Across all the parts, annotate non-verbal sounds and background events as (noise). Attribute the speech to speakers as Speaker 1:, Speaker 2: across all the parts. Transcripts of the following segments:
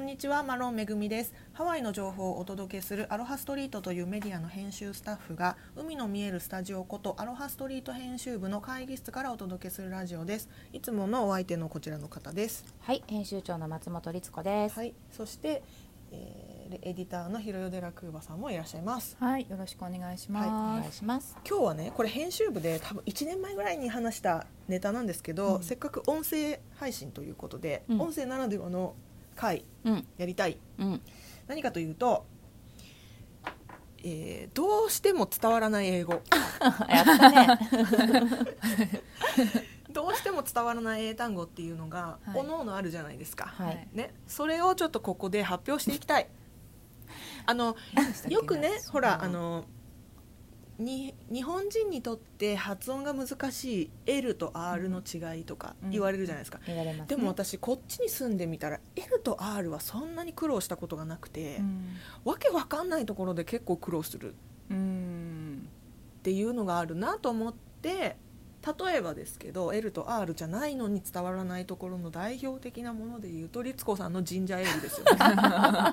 Speaker 1: んにちはマロンめぐみですハワイの情報をお届けするアロハストリートというメディアの編集スタッフが海の見えるスタジオことアロハストリート編集部の会議室からお届けするラジオですいつものお相手のこちらの方です
Speaker 2: はい、編集長の松本律子です。
Speaker 1: はいそして、えーエディターのひろよでらくーばさんもいらっしゃいます
Speaker 3: はい、よろしくお願いし
Speaker 2: お
Speaker 3: ま
Speaker 2: 願い
Speaker 3: す。
Speaker 2: します。
Speaker 1: 今日はねこれ編集部で多分1年前ぐらいに話したネタなんですけど、
Speaker 2: うん
Speaker 1: せっかく音声配信ということで、
Speaker 2: うん
Speaker 1: 音声ならではの回
Speaker 2: うん、
Speaker 1: やりたい
Speaker 2: うん、
Speaker 1: 何かというと、えーどうしても伝わらない英語
Speaker 2: (laughs) やったね。
Speaker 1: どうしても伝わらない英単語っていうのが、
Speaker 3: はい
Speaker 1: 各々あるじゃないですか、
Speaker 2: はい (laughs)
Speaker 3: はい
Speaker 1: ね、それをちょっとここで発表していきたいあの (laughs) よくねほらあのに日本人にとって発音が難しい L と R の違いとか言われるじゃないですか、
Speaker 2: 見られます、
Speaker 1: でも、私こっちに住んでみたら L と R はそんなに苦労したことがなくて、
Speaker 3: うん、
Speaker 1: わけわかんないところで結構苦労する
Speaker 3: うん、
Speaker 1: っていうのがあるなと思って例えばですけど L と R じゃないのに伝わらないところの代表的なもので言うと律子さんのジンジャーエールですよね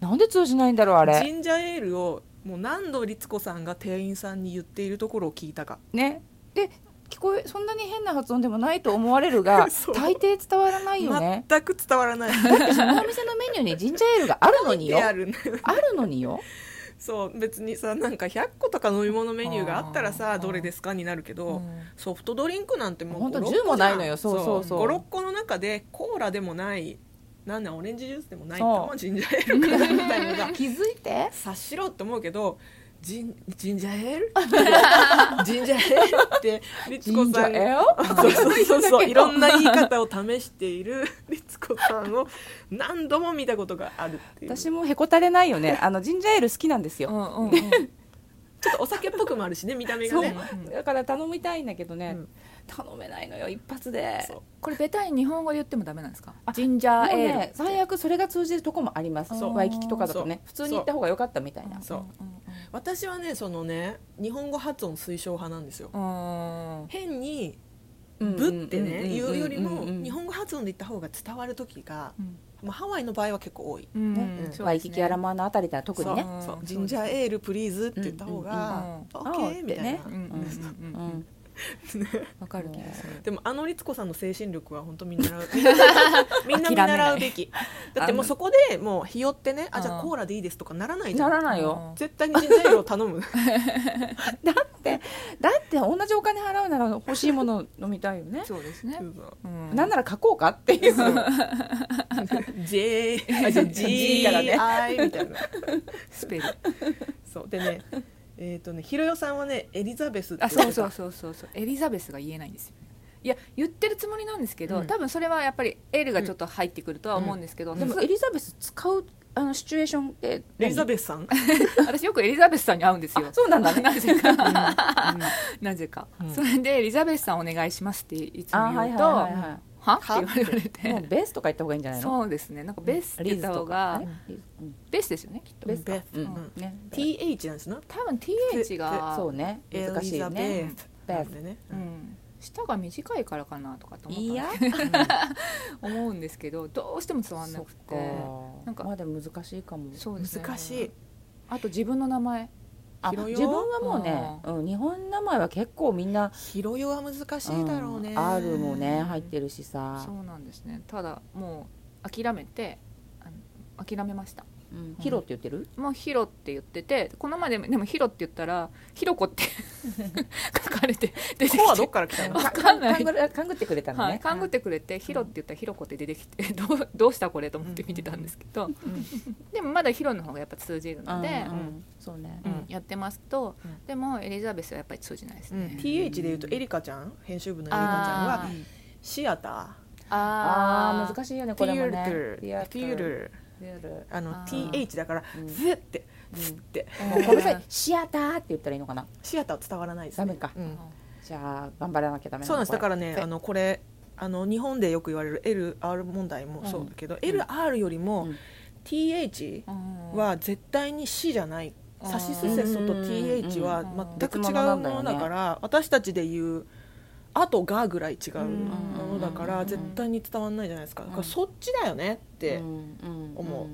Speaker 2: なんで通じないんだろう、 (laughs) あれ。
Speaker 1: ジンジャーエールをもう何度律子さんが店員さんに言っているところを聞いたか
Speaker 2: ね、で、聞こえ、そんなに変な発音でもないと思われるが、
Speaker 1: そう
Speaker 2: 大抵伝わらないよね。
Speaker 1: 全く伝わら
Speaker 2: (laughs)
Speaker 1: ない
Speaker 2: だって、そのお店のメニューにジンジャーエールがあるのによ
Speaker 1: (laughs) で。あるね
Speaker 2: あるのによ。
Speaker 1: そう別にさなんか100個とか飲み物メニューがあったら
Speaker 2: あ
Speaker 1: さ
Speaker 2: ー
Speaker 1: どれですかになるけど、
Speaker 2: うん
Speaker 1: ソフトドリンクなんてもう
Speaker 2: ほんと
Speaker 1: 5-6個じゃん
Speaker 2: 10もないのよそうそうそう
Speaker 1: 56個の中でコーラでもないなんなんオレンジジュースでもない
Speaker 2: そう
Speaker 1: もジンジャーエールかなみたいなのが
Speaker 2: (laughs) 気づいて。
Speaker 1: 察しろって思うけどジンジンジャーエー
Speaker 2: (laughs)
Speaker 1: ルジンジャーエールって律
Speaker 2: ジ
Speaker 1: 子
Speaker 2: ンジ
Speaker 1: さ
Speaker 2: ャ
Speaker 1: ん
Speaker 2: ー
Speaker 1: が
Speaker 2: エ
Speaker 1: そうそうそうそ
Speaker 2: (laughs)
Speaker 1: ういろん
Speaker 2: な。
Speaker 1: な言い方を試している (laughs) 律子さんを何度も見たことがあるっていう
Speaker 2: (laughs) 私もへこたれないよね。あのジンジャーエール好きなんです
Speaker 3: う
Speaker 2: よ。
Speaker 3: ん、うん、うん、
Speaker 1: ちょっとお酒っぽくもあるしね見た目が
Speaker 2: そう
Speaker 1: ね。
Speaker 2: だから頼みたいんだけどね、
Speaker 1: うん
Speaker 2: 頼めないのよ一発で
Speaker 1: そう
Speaker 3: これベタに日本語で言ってもダメなんですか
Speaker 2: あ。
Speaker 3: ジンジャー
Speaker 2: もう
Speaker 3: エール。
Speaker 2: ね最悪それが通じるとこもあります
Speaker 1: そう
Speaker 2: ワイキキとかだとね
Speaker 1: そう
Speaker 2: 普通に行った方が良かったみたいな
Speaker 1: そう
Speaker 3: う
Speaker 1: 私はねそのね日本語発音推奨派なんですよ
Speaker 3: ん、うん、うん、
Speaker 1: 変に「
Speaker 2: うん
Speaker 1: ぶ」ってね
Speaker 2: ん
Speaker 1: 言うよりも
Speaker 2: んうん
Speaker 1: 日本語発音で言った方が伝わる時が、
Speaker 3: うん
Speaker 1: まあ、ハワイの場合は結構多い、
Speaker 3: うん、
Speaker 2: ね
Speaker 3: うん
Speaker 2: ワイキキアラ。マーのあたりだ特にね
Speaker 1: そうそう
Speaker 3: うん
Speaker 1: ジンジャーエールプリーズって言った方が「
Speaker 2: ん
Speaker 1: オ
Speaker 2: うん
Speaker 1: ッケー」
Speaker 2: あー
Speaker 1: みたいな、
Speaker 2: って
Speaker 3: そうですねうん、うん、
Speaker 2: う
Speaker 3: う
Speaker 2: (laughs)
Speaker 3: ん、うん
Speaker 2: ん、
Speaker 3: わかる気がする。
Speaker 1: でもあの律子さんの精神力は本当見習うみんな見習うべきだってもうそこでもうひよってね「あじゃあ
Speaker 3: うん
Speaker 1: コーラでいいです」とかならないじゃ
Speaker 2: なんらないよ、
Speaker 1: 絶対にジンジャーエールを頼む
Speaker 2: だってだって同じお金払うなら欲しいもの飲みたいよね
Speaker 3: そうですね
Speaker 1: そ。うそう
Speaker 3: うん
Speaker 2: なんなら書こうかっていう (laughs)
Speaker 1: J あじゃあ G
Speaker 2: からね
Speaker 1: I みたいな
Speaker 3: ス (laughs) ペル。
Speaker 1: そうでねえっ、とねひろよさんはねエリザベスって
Speaker 3: あ
Speaker 1: 言って
Speaker 3: そ
Speaker 1: た
Speaker 3: うそうそうそうそうエリザベスが言えないんですよいや言ってるつもりなんですけど、
Speaker 1: うん
Speaker 3: 多分それはやっぱり L がちょっと入ってくるとは思うんですけど、
Speaker 2: で
Speaker 3: でも
Speaker 2: もエリザベス使うあのシチュエーションって
Speaker 1: エリザ
Speaker 2: ベ
Speaker 1: ベスさん
Speaker 3: 私よくエリザベスさんに会うんです (laughs) よ
Speaker 2: そう (laughs) なんだね
Speaker 3: なぜかなぜか、それで「エリザベスさんお願いします」っていつ
Speaker 2: あ
Speaker 3: も
Speaker 2: はい
Speaker 3: 言
Speaker 2: は
Speaker 3: う
Speaker 2: い
Speaker 3: と「は
Speaker 2: はいは
Speaker 3: って言われ
Speaker 2: いもう
Speaker 3: て
Speaker 2: ベースとか言った方がいいんじゃないの
Speaker 3: そうですねなんかベスって言った方が
Speaker 2: リズとかあれリズうん
Speaker 3: ベスですよねきっと
Speaker 2: ベスか
Speaker 1: ベス
Speaker 2: うん
Speaker 1: うん
Speaker 2: ね
Speaker 1: TH なんですな
Speaker 3: 多分 TH が
Speaker 2: そうね
Speaker 1: エ
Speaker 2: 難し
Speaker 1: リ
Speaker 2: い
Speaker 1: ザベ
Speaker 2: ね
Speaker 1: スなんでね
Speaker 3: うん、舌が短いからかなとかと思ったん
Speaker 2: いや
Speaker 3: (laughs) 思うんですけどどうしても伝わんなくて
Speaker 2: そっ
Speaker 3: なんか
Speaker 2: まあでも難しいかも
Speaker 3: そうですね
Speaker 1: 難しい
Speaker 3: あと自分の名前
Speaker 2: あ
Speaker 1: ひろよ
Speaker 2: 自分はもうね、うん、日本名前は結構みんな
Speaker 1: 広いは難しいだろうね、
Speaker 2: ん R もね入ってるしさ
Speaker 3: そうなんですねただもう諦めてあの諦めました
Speaker 2: うんヒロって言ってる
Speaker 3: もうヒロって言っててこの前でもでもヒロって言ったらヒロコって (laughs) 書かれて出てきて
Speaker 1: コはどっから来た
Speaker 2: (laughs)
Speaker 1: の
Speaker 2: か
Speaker 3: かんない
Speaker 2: かんぐらかんぐってくれたの
Speaker 3: はい、
Speaker 2: ね
Speaker 3: 勘ぐってくれて、ヒロって言ったらヒロコって出てきてどうどうしたこれと思って見てたんですけど、でもまだヒロの方がやっぱ通じる
Speaker 2: うん
Speaker 3: ので、
Speaker 2: うんそうね
Speaker 1: うん
Speaker 3: やってますと、
Speaker 1: うん
Speaker 3: でもエリザベスはやっぱり通じないです
Speaker 1: うん
Speaker 3: ね、
Speaker 1: TH で言うとエリカちゃん編集部のエリカちゃん
Speaker 3: あ
Speaker 1: は
Speaker 3: ー
Speaker 1: シアタ
Speaker 2: あー
Speaker 3: しい
Speaker 2: 難しいよね
Speaker 1: ーテ
Speaker 2: こ
Speaker 1: ィ
Speaker 2: れも
Speaker 1: ー
Speaker 2: ね
Speaker 1: ル
Speaker 2: ティア
Speaker 1: テ
Speaker 2: ト
Speaker 1: ィ
Speaker 2: ル
Speaker 1: ール
Speaker 2: ティアトル
Speaker 1: あの
Speaker 3: あー
Speaker 1: TH だから
Speaker 2: うん
Speaker 1: ズって
Speaker 2: うん
Speaker 1: ズって
Speaker 2: もうごめんなさいシアターって言ったらいいのかな
Speaker 1: シアターは伝わらないですね
Speaker 2: ダメか
Speaker 1: うん
Speaker 2: じゃあ頑張らなきゃダメ
Speaker 1: そうなんですだかららね
Speaker 2: はい
Speaker 1: あのこれあの日本でよく言われる LR 問題もそうだけど、LR よりも
Speaker 2: うん
Speaker 1: TH は絶対に C じゃない
Speaker 3: あー
Speaker 1: サシスセソと
Speaker 2: うん
Speaker 1: TH は
Speaker 3: うん
Speaker 1: 全く違うものだ
Speaker 2: 別物なん
Speaker 1: か
Speaker 2: だ
Speaker 1: ら私たちで言う「あ」と「が」ぐらい違うものだから
Speaker 2: うん
Speaker 1: 絶対に伝わんないじゃないですかだから
Speaker 2: うん
Speaker 1: そっちだよねって思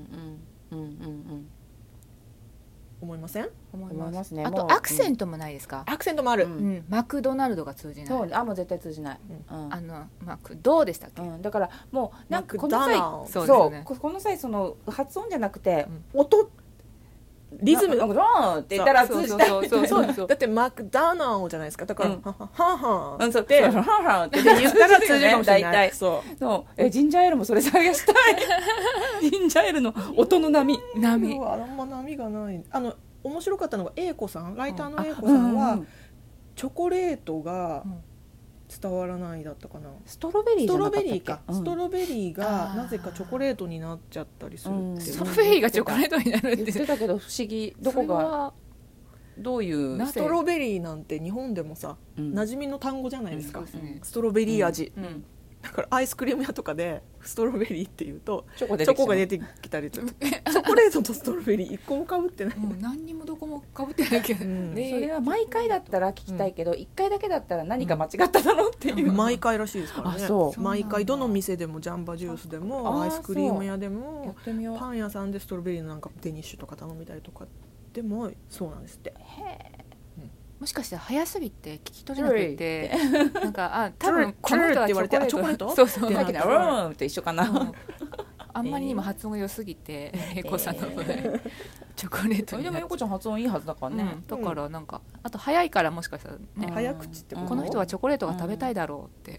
Speaker 1: う
Speaker 2: うんうんうんうん
Speaker 1: 思いません
Speaker 3: 思い
Speaker 2: 思い
Speaker 3: ま
Speaker 2: ますすね
Speaker 3: あ
Speaker 2: も
Speaker 3: と
Speaker 2: う
Speaker 3: アクセントもないですか、
Speaker 1: アクセントもある、
Speaker 2: う
Speaker 3: うんんマクドナルドが通じない
Speaker 2: そうねあもう絶対通じない、
Speaker 1: う
Speaker 2: うん
Speaker 3: あのマクドーでしたっけ、
Speaker 2: うん、だからもうな
Speaker 1: マ
Speaker 2: ん
Speaker 1: ク
Speaker 2: か
Speaker 1: ド
Speaker 2: この
Speaker 1: ナ
Speaker 2: 際
Speaker 1: ル
Speaker 3: そ
Speaker 2: そ
Speaker 3: うですよ
Speaker 2: う
Speaker 3: ね
Speaker 2: ここの際その発音じゃなくて
Speaker 1: 音リズム
Speaker 2: なんかドーンって言ったら
Speaker 3: そ
Speaker 2: 通
Speaker 3: うそ
Speaker 2: じ
Speaker 3: う
Speaker 2: た
Speaker 3: そうそうそうそう
Speaker 1: だってマクダーナーじゃないですかだから、
Speaker 2: うん
Speaker 1: はははんはん
Speaker 2: うんそう
Speaker 1: で
Speaker 2: でハンハンって言ったら通じるかもしれない
Speaker 1: (laughs) そう
Speaker 2: そうえジンジャーエールもそれ探したいジンジャーエールの音の波
Speaker 3: 波
Speaker 1: あんま波がないあの面白かったのが A 子さんライターの A 子さんは、
Speaker 2: うう
Speaker 1: チョコレートが
Speaker 3: うん
Speaker 1: 伝わらないだったかな、
Speaker 2: ストロベリ
Speaker 1: ス
Speaker 2: ーじ
Speaker 1: ト
Speaker 2: ゃな
Speaker 1: ロ
Speaker 2: かった
Speaker 1: ベ
Speaker 2: っけ
Speaker 1: リーか、
Speaker 2: うん
Speaker 1: ストロベリー
Speaker 3: あ
Speaker 1: が
Speaker 3: ー
Speaker 1: なぜかチョコレートになっちゃったりするっていう
Speaker 3: ソ
Speaker 2: うん
Speaker 3: フェイがチョコレートになるって
Speaker 2: 言ってたけど不思議どこ
Speaker 3: それ
Speaker 2: が
Speaker 3: は
Speaker 2: どういう
Speaker 3: な
Speaker 1: ストロベリーなんて日本でもさ、
Speaker 2: うん
Speaker 1: 馴染みの単語じゃないですか、
Speaker 3: そうですね
Speaker 1: ストロベリー味、
Speaker 2: うん
Speaker 1: だからアイスクリーム屋とかでストロベリーっていうと
Speaker 2: チョコ
Speaker 1: チ
Speaker 2: 出て
Speaker 1: ョ
Speaker 2: き
Speaker 1: コ
Speaker 2: たの
Speaker 1: が出てきたりとかチョコレートとストロベリー一個もかぶってない、
Speaker 3: もう何にもどこもかぶってないけど、
Speaker 1: うん
Speaker 3: ね
Speaker 2: それは毎回だったら聞きたいけど一回だけだったら何か間違っただろうっていう
Speaker 3: うん
Speaker 1: 毎回らしいですからね
Speaker 2: あそう
Speaker 1: 毎回どの店でもジャンバジュースでもア
Speaker 2: あ
Speaker 1: イ
Speaker 2: ー
Speaker 1: スクリーム屋で
Speaker 2: やっ
Speaker 1: も
Speaker 2: てみよう
Speaker 1: パン屋さんでストロベリーのなんかデニッシュとか頼みたりとかでもそうなんですって
Speaker 3: もしかして早すぎて聞き取れなくてなんかあ多分
Speaker 1: チ
Speaker 3: こ
Speaker 1: ュ
Speaker 3: の
Speaker 1: ル
Speaker 3: 人
Speaker 1: チ
Speaker 3: はチ
Speaker 1: ュルって
Speaker 3: ョコ
Speaker 1: 言われてあ
Speaker 3: レート
Speaker 1: チョコレート
Speaker 3: そうそう
Speaker 1: て
Speaker 2: さ
Speaker 1: な
Speaker 2: っ
Speaker 1: ん
Speaker 2: き
Speaker 1: か
Speaker 2: の「うん」って一緒か
Speaker 1: (laughs)
Speaker 2: な
Speaker 3: あんまりにも発音が良すぎて、英子さんの場合、
Speaker 1: (laughs)
Speaker 3: チョコレート
Speaker 2: それ
Speaker 3: に
Speaker 2: でも
Speaker 3: なっ
Speaker 2: よこちゃん発音いいはずだから
Speaker 3: ね
Speaker 2: ね
Speaker 3: だからなんかあと早いからもしかしたら
Speaker 2: うん
Speaker 3: ね、
Speaker 1: 早口ってこと
Speaker 3: この人はチョコレートが食べたいだろうって、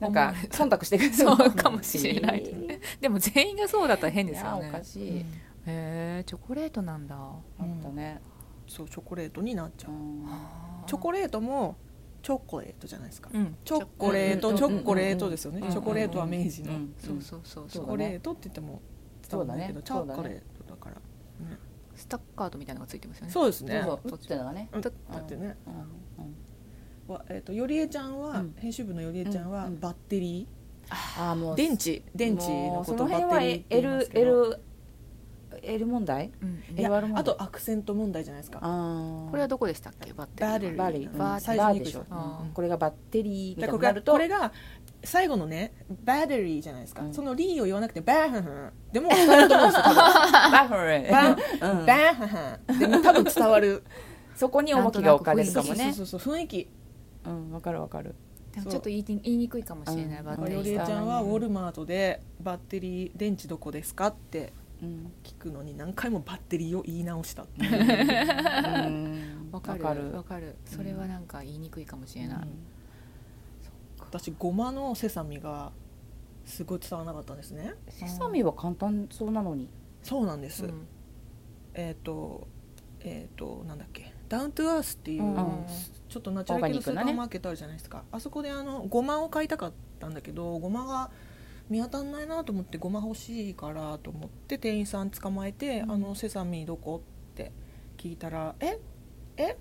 Speaker 2: なんか忖度してくれる
Speaker 3: そうかもしれない
Speaker 2: い
Speaker 3: (laughs) でも全員がそうだったら変です
Speaker 2: や
Speaker 3: よ
Speaker 2: お
Speaker 3: ね
Speaker 2: かしい
Speaker 3: へえチョコレートなんだ
Speaker 2: あったね
Speaker 1: そうチョコレートになっちゃ
Speaker 2: う
Speaker 1: うんチョコレートもチョコレートじゃないですか
Speaker 3: うん
Speaker 1: チョコレート
Speaker 2: うん
Speaker 1: チョコレートですよね
Speaker 2: うん
Speaker 1: チョコレートは明治
Speaker 2: う
Speaker 1: の
Speaker 2: ん
Speaker 3: そうそうそう
Speaker 1: チ
Speaker 3: そ
Speaker 1: ョ
Speaker 3: う
Speaker 1: コレートって言っても伝わんないけどチ
Speaker 2: そ
Speaker 1: ョ
Speaker 2: うだね
Speaker 1: コレートだからね
Speaker 3: スタッカートみたいなのがついてますよね
Speaker 1: そうです
Speaker 2: そう
Speaker 1: ね
Speaker 2: そう打ってのがね
Speaker 1: うんだってね
Speaker 2: うんうん
Speaker 1: わえっとよりえちゃんは
Speaker 2: うん
Speaker 1: 編集部のよりえちゃんは
Speaker 2: うん
Speaker 1: バッテリ
Speaker 2: あーも
Speaker 1: ー
Speaker 2: う
Speaker 1: 電池電池
Speaker 2: も
Speaker 1: の
Speaker 2: う
Speaker 1: こ
Speaker 2: そ
Speaker 1: と
Speaker 2: の
Speaker 1: バ
Speaker 2: 辺
Speaker 1: ッ
Speaker 2: は
Speaker 1: テリーって言いますけど
Speaker 2: L L 問題
Speaker 3: うん
Speaker 1: いや
Speaker 2: LR 問題
Speaker 1: あとアクセント問題じゃないですか
Speaker 2: あ
Speaker 3: これはどこでしたっけバッテリー
Speaker 1: バー
Speaker 2: バ
Speaker 1: リ
Speaker 2: リ
Speaker 1: ー
Speaker 2: ー
Speaker 1: うん
Speaker 3: バー
Speaker 1: 最
Speaker 2: バ
Speaker 1: 初
Speaker 2: ー
Speaker 1: に
Speaker 2: で
Speaker 1: 行
Speaker 2: し
Speaker 1: く
Speaker 2: ょ
Speaker 1: でしょ
Speaker 3: あー
Speaker 2: これがバッテリーみた
Speaker 1: だ
Speaker 2: い
Speaker 1: か
Speaker 2: に
Speaker 1: ら
Speaker 2: な
Speaker 1: これ
Speaker 2: る
Speaker 1: がこれ
Speaker 2: と
Speaker 1: が最後のねバッテリーじゃないですか、
Speaker 2: うん
Speaker 1: そのリーを言わなくてバーフンフンでもう伝わると思うんですよ多分
Speaker 2: バッ
Speaker 1: バン
Speaker 2: フルうん
Speaker 1: バーフンフンでもう多分伝わる
Speaker 2: そこに重きが置かれるかもね
Speaker 1: そうそうそうそう雰囲気
Speaker 2: うんわかるわかる
Speaker 3: でもちょっと言いに言いにくいかもしれない、
Speaker 2: うん
Speaker 3: バッ
Speaker 1: まあ
Speaker 3: テ
Speaker 1: よ
Speaker 3: リ
Speaker 1: りえ
Speaker 3: ー
Speaker 1: ち
Speaker 3: が
Speaker 1: ゃんはウォルマートでバッテリー電池どこですかって
Speaker 2: うん
Speaker 1: 聞くのに何回もバッテリーを言い直したって (laughs)
Speaker 2: うん
Speaker 3: わかるわかるそれはなんか言いにくいかもしれない、
Speaker 1: 私ごまのセサミがすごい伝わらなかったんですね
Speaker 2: セサミは簡単そうなのに
Speaker 1: そうなんです、
Speaker 3: うん
Speaker 1: えっ、とえっ、となんだっけダウントゥアースっていう、
Speaker 3: うん
Speaker 1: ちょっとナチュラル系のスー
Speaker 2: オー
Speaker 1: パ
Speaker 2: ガニックな
Speaker 1: ー
Speaker 2: ね
Speaker 1: マーケットあるじゃないですか、あそこであのごまを買いたかったんだけどごまが見当たんないなと思ってごま欲しいからと思って店員さん捕まえて「
Speaker 3: うん
Speaker 1: あのセサミどこ?」って聞いたら「ええ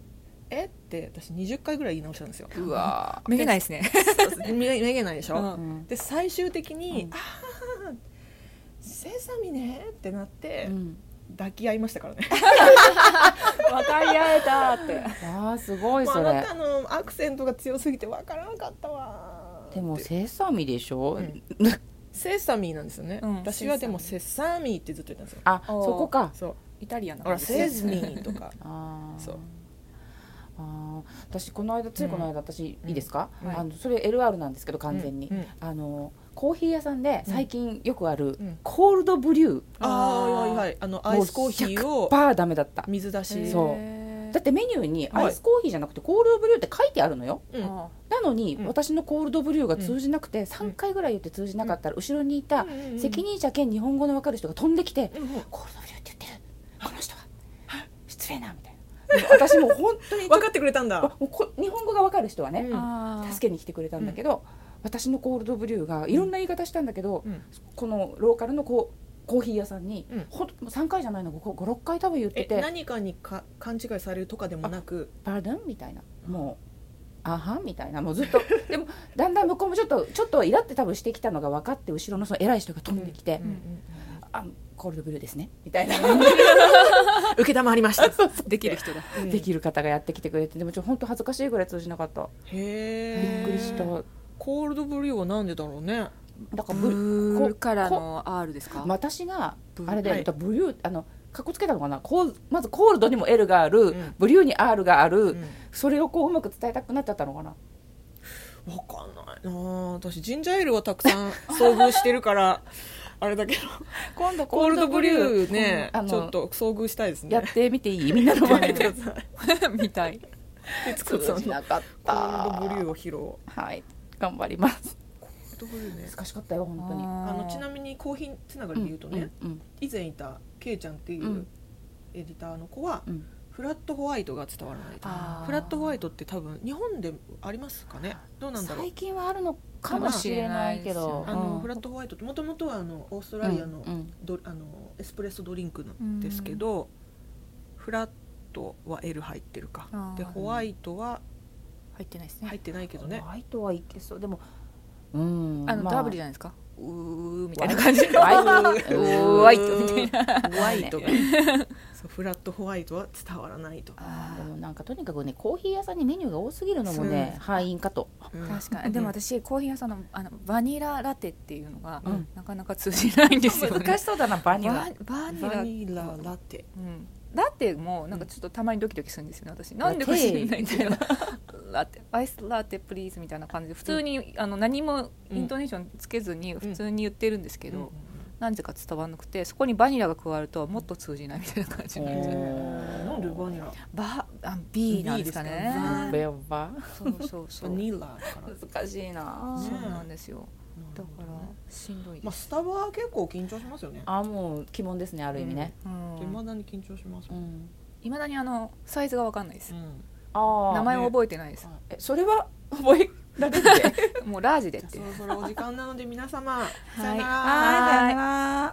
Speaker 1: えっ?」て私20回ぐらい言い直したんですよ。
Speaker 3: うわめげないですね
Speaker 1: (laughs) めめげないでしょ、
Speaker 3: うん
Speaker 2: うん
Speaker 1: で最終的に「
Speaker 2: うん
Speaker 1: ああセサミね」ってなって、
Speaker 2: うん
Speaker 1: 抱き合いましたからね。
Speaker 3: 分かり合えたって
Speaker 2: あーすご
Speaker 1: (laughs)
Speaker 2: い
Speaker 1: もう
Speaker 2: そ
Speaker 1: あな
Speaker 2: れ
Speaker 1: たのアクセントが強すぎてわからなかったわー
Speaker 2: でも
Speaker 1: って
Speaker 2: セサミでしょ
Speaker 1: うんセサミなんですよね、
Speaker 3: うん
Speaker 1: 私はでもセサミってずっと言ったんですよ
Speaker 2: あ
Speaker 3: おー
Speaker 2: そこか
Speaker 1: そう
Speaker 3: (laughs) イタリアン
Speaker 1: ほ
Speaker 3: なん
Speaker 1: ら
Speaker 3: です
Speaker 1: セ
Speaker 3: ね
Speaker 1: ズミーとか
Speaker 2: あー
Speaker 1: そう
Speaker 2: あー私この間ついこの間私
Speaker 1: うん
Speaker 2: いいですか
Speaker 1: はい
Speaker 2: あのそれ LR なんですけど完全に
Speaker 1: うんうん
Speaker 2: あのコーヒー屋さんで最近よくある
Speaker 1: うん
Speaker 2: コールドブリュ
Speaker 1: ああはいはいはいあの
Speaker 2: ー
Speaker 1: アイスコーヒー
Speaker 2: もう
Speaker 1: を
Speaker 2: 100%ダメだった
Speaker 1: 水出し
Speaker 2: そうだってメニューにアイスコーヒーじゃなくてコールドブリューって書いてあるのよ
Speaker 1: うんうん
Speaker 2: なのに
Speaker 1: うん
Speaker 2: 私のコールドブリューが通じなくて3回ぐらい言って通じなかったら後ろにいた
Speaker 1: うん
Speaker 2: 責任者兼日本語の分かる人が飛んできて
Speaker 1: うん
Speaker 2: 「コールドブリューって言ってるこの人は失礼な」みたいなでも私もう本
Speaker 1: (laughs)
Speaker 2: 当に
Speaker 1: 分かってくれたん
Speaker 2: わ
Speaker 1: だ
Speaker 2: もうこ日本語が分かる人はね
Speaker 1: うん
Speaker 2: 助けに来てくれたんだけど私のコールドブリューがいろんな言い方したんだけど
Speaker 1: うん
Speaker 2: このローカルのコーコーヒー屋さんに
Speaker 1: うん
Speaker 2: ほんと3回じゃないの56回多分言って
Speaker 1: え
Speaker 2: て
Speaker 1: 何かにか勘違いされるとかでもなく
Speaker 2: 「パルドン」みたいなもう。あはみたいなも
Speaker 1: (laughs)
Speaker 2: うずっとでもだんだん向こうもちょっとちょっとイラって多分してきたのが分かって後ろのその偉い人が飛んできて、
Speaker 1: うんうんうん
Speaker 2: あコールドブルーですねみたいな、
Speaker 1: 受けまりました。
Speaker 3: できる人だ
Speaker 2: (laughs) できる方がやってきてくれてでもちょ本当恥ずかしいぐらい通じなかったび
Speaker 1: へえ。
Speaker 2: っくりした
Speaker 1: コールドブリューはなんでだろうね。
Speaker 2: だからブリ
Speaker 3: ブ
Speaker 2: こ
Speaker 3: ーからの R ですか、
Speaker 2: 私が
Speaker 3: ブ
Speaker 2: あれで、
Speaker 1: はい
Speaker 2: ブリューあのかっこつけたのかなこうまずコールドにも L がある、
Speaker 1: ん
Speaker 2: ブリューに R がある、
Speaker 1: うん
Speaker 2: それをこううまく伝えたくなっちゃったのかな
Speaker 1: わかんないなあ私ジンジャーエールはたくさん遭遇してるからあれだけど
Speaker 2: 今度
Speaker 1: コールドブリューね
Speaker 2: うんあの
Speaker 1: ちょっと遭遇したいです
Speaker 2: やっ
Speaker 1: ね
Speaker 2: てみていいみんなの
Speaker 1: (laughs)
Speaker 2: 前で
Speaker 3: (laughs) みたい
Speaker 2: 通じなかっ
Speaker 1: コ
Speaker 2: た
Speaker 1: ールドブリューを披露コ
Speaker 2: はい頑張ります
Speaker 1: ールドブリューね
Speaker 2: 難しかったよ本当に
Speaker 1: あのち
Speaker 3: み
Speaker 1: なみにコーヒーつながりで言うとね、
Speaker 2: うんうん
Speaker 1: 以前いたケイちゃんっていう、
Speaker 2: うん
Speaker 1: エディターの子は
Speaker 2: うん
Speaker 1: フラットホワイトが伝わらないと
Speaker 3: あー
Speaker 1: フラットホワイトって多分日本でありますかねどうなんだろう
Speaker 2: 最近はあるのかもしれないけど
Speaker 1: あの
Speaker 2: うん
Speaker 1: フラットホワイトってもともとはあのオーストラリアの
Speaker 2: うんうん
Speaker 1: ドあのエスプレッソドリンクなんですけど、フラットは L 入ってるか
Speaker 3: あー
Speaker 1: でホワイトは
Speaker 3: 入ってないですね、
Speaker 1: 入ってないけどね
Speaker 2: ホ、ワイトはいけそうでもうん
Speaker 3: あの、
Speaker 2: ま
Speaker 3: ダブルじゃないですかうーみたいな
Speaker 2: (laughs)
Speaker 3: 感じ
Speaker 2: ホワイ
Speaker 1: (laughs)
Speaker 2: ト
Speaker 3: (laughs) うーわいってみたいな
Speaker 1: ホワイトがそうフラットホワイトは伝わらないと、
Speaker 2: あーでもなんかとにかくねコーヒー屋さんにメニューが多すぎるのもね敗因かと
Speaker 1: うん
Speaker 3: 確かにでも私コーヒー屋さんのあのバニララテっていうのが、
Speaker 2: うん
Speaker 3: なかなか通じないんです
Speaker 2: (laughs)
Speaker 3: よね
Speaker 2: 難しそうだなバニラ
Speaker 3: ババニラ
Speaker 1: バニララテ
Speaker 3: うん、ラテもなんかちょっとたまにドキドキするんですよね私なんでか知らないんだけどラテアイスラテプリーズみたいな感じで普通に、あの何もイントネーションつけずに普通に言ってるんですけど、
Speaker 1: うん
Speaker 3: なんでか伝わらなくてそこにバニラが加わるともっと通じないみたいな感じになっちゃう
Speaker 1: なんでバニラ
Speaker 3: バあビーなんですか
Speaker 1: ビー
Speaker 3: ね
Speaker 2: ベバ
Speaker 3: そうそうそ
Speaker 1: バ (laughs)
Speaker 3: う
Speaker 1: ニラだから
Speaker 2: 難しいな
Speaker 3: そうなんですよだか
Speaker 1: なるほどね
Speaker 3: らしんどい
Speaker 1: ま
Speaker 3: で
Speaker 1: あ
Speaker 3: す、
Speaker 1: スタバは結構緊張しますよね
Speaker 2: あーもう鬼門ですねある意味ね
Speaker 3: うん
Speaker 1: いまだに緊張します、
Speaker 2: うん
Speaker 3: いまだにあのサイズがわかんないです
Speaker 1: うん
Speaker 2: ああ
Speaker 3: 名前を覚えてないです
Speaker 1: はい
Speaker 2: えそれは覚えられるって
Speaker 3: もうラージでっ
Speaker 1: じゃあ
Speaker 3: て
Speaker 1: そろそろお時間なので皆様
Speaker 3: い
Speaker 1: さよなら。
Speaker 3: はい
Speaker 2: なら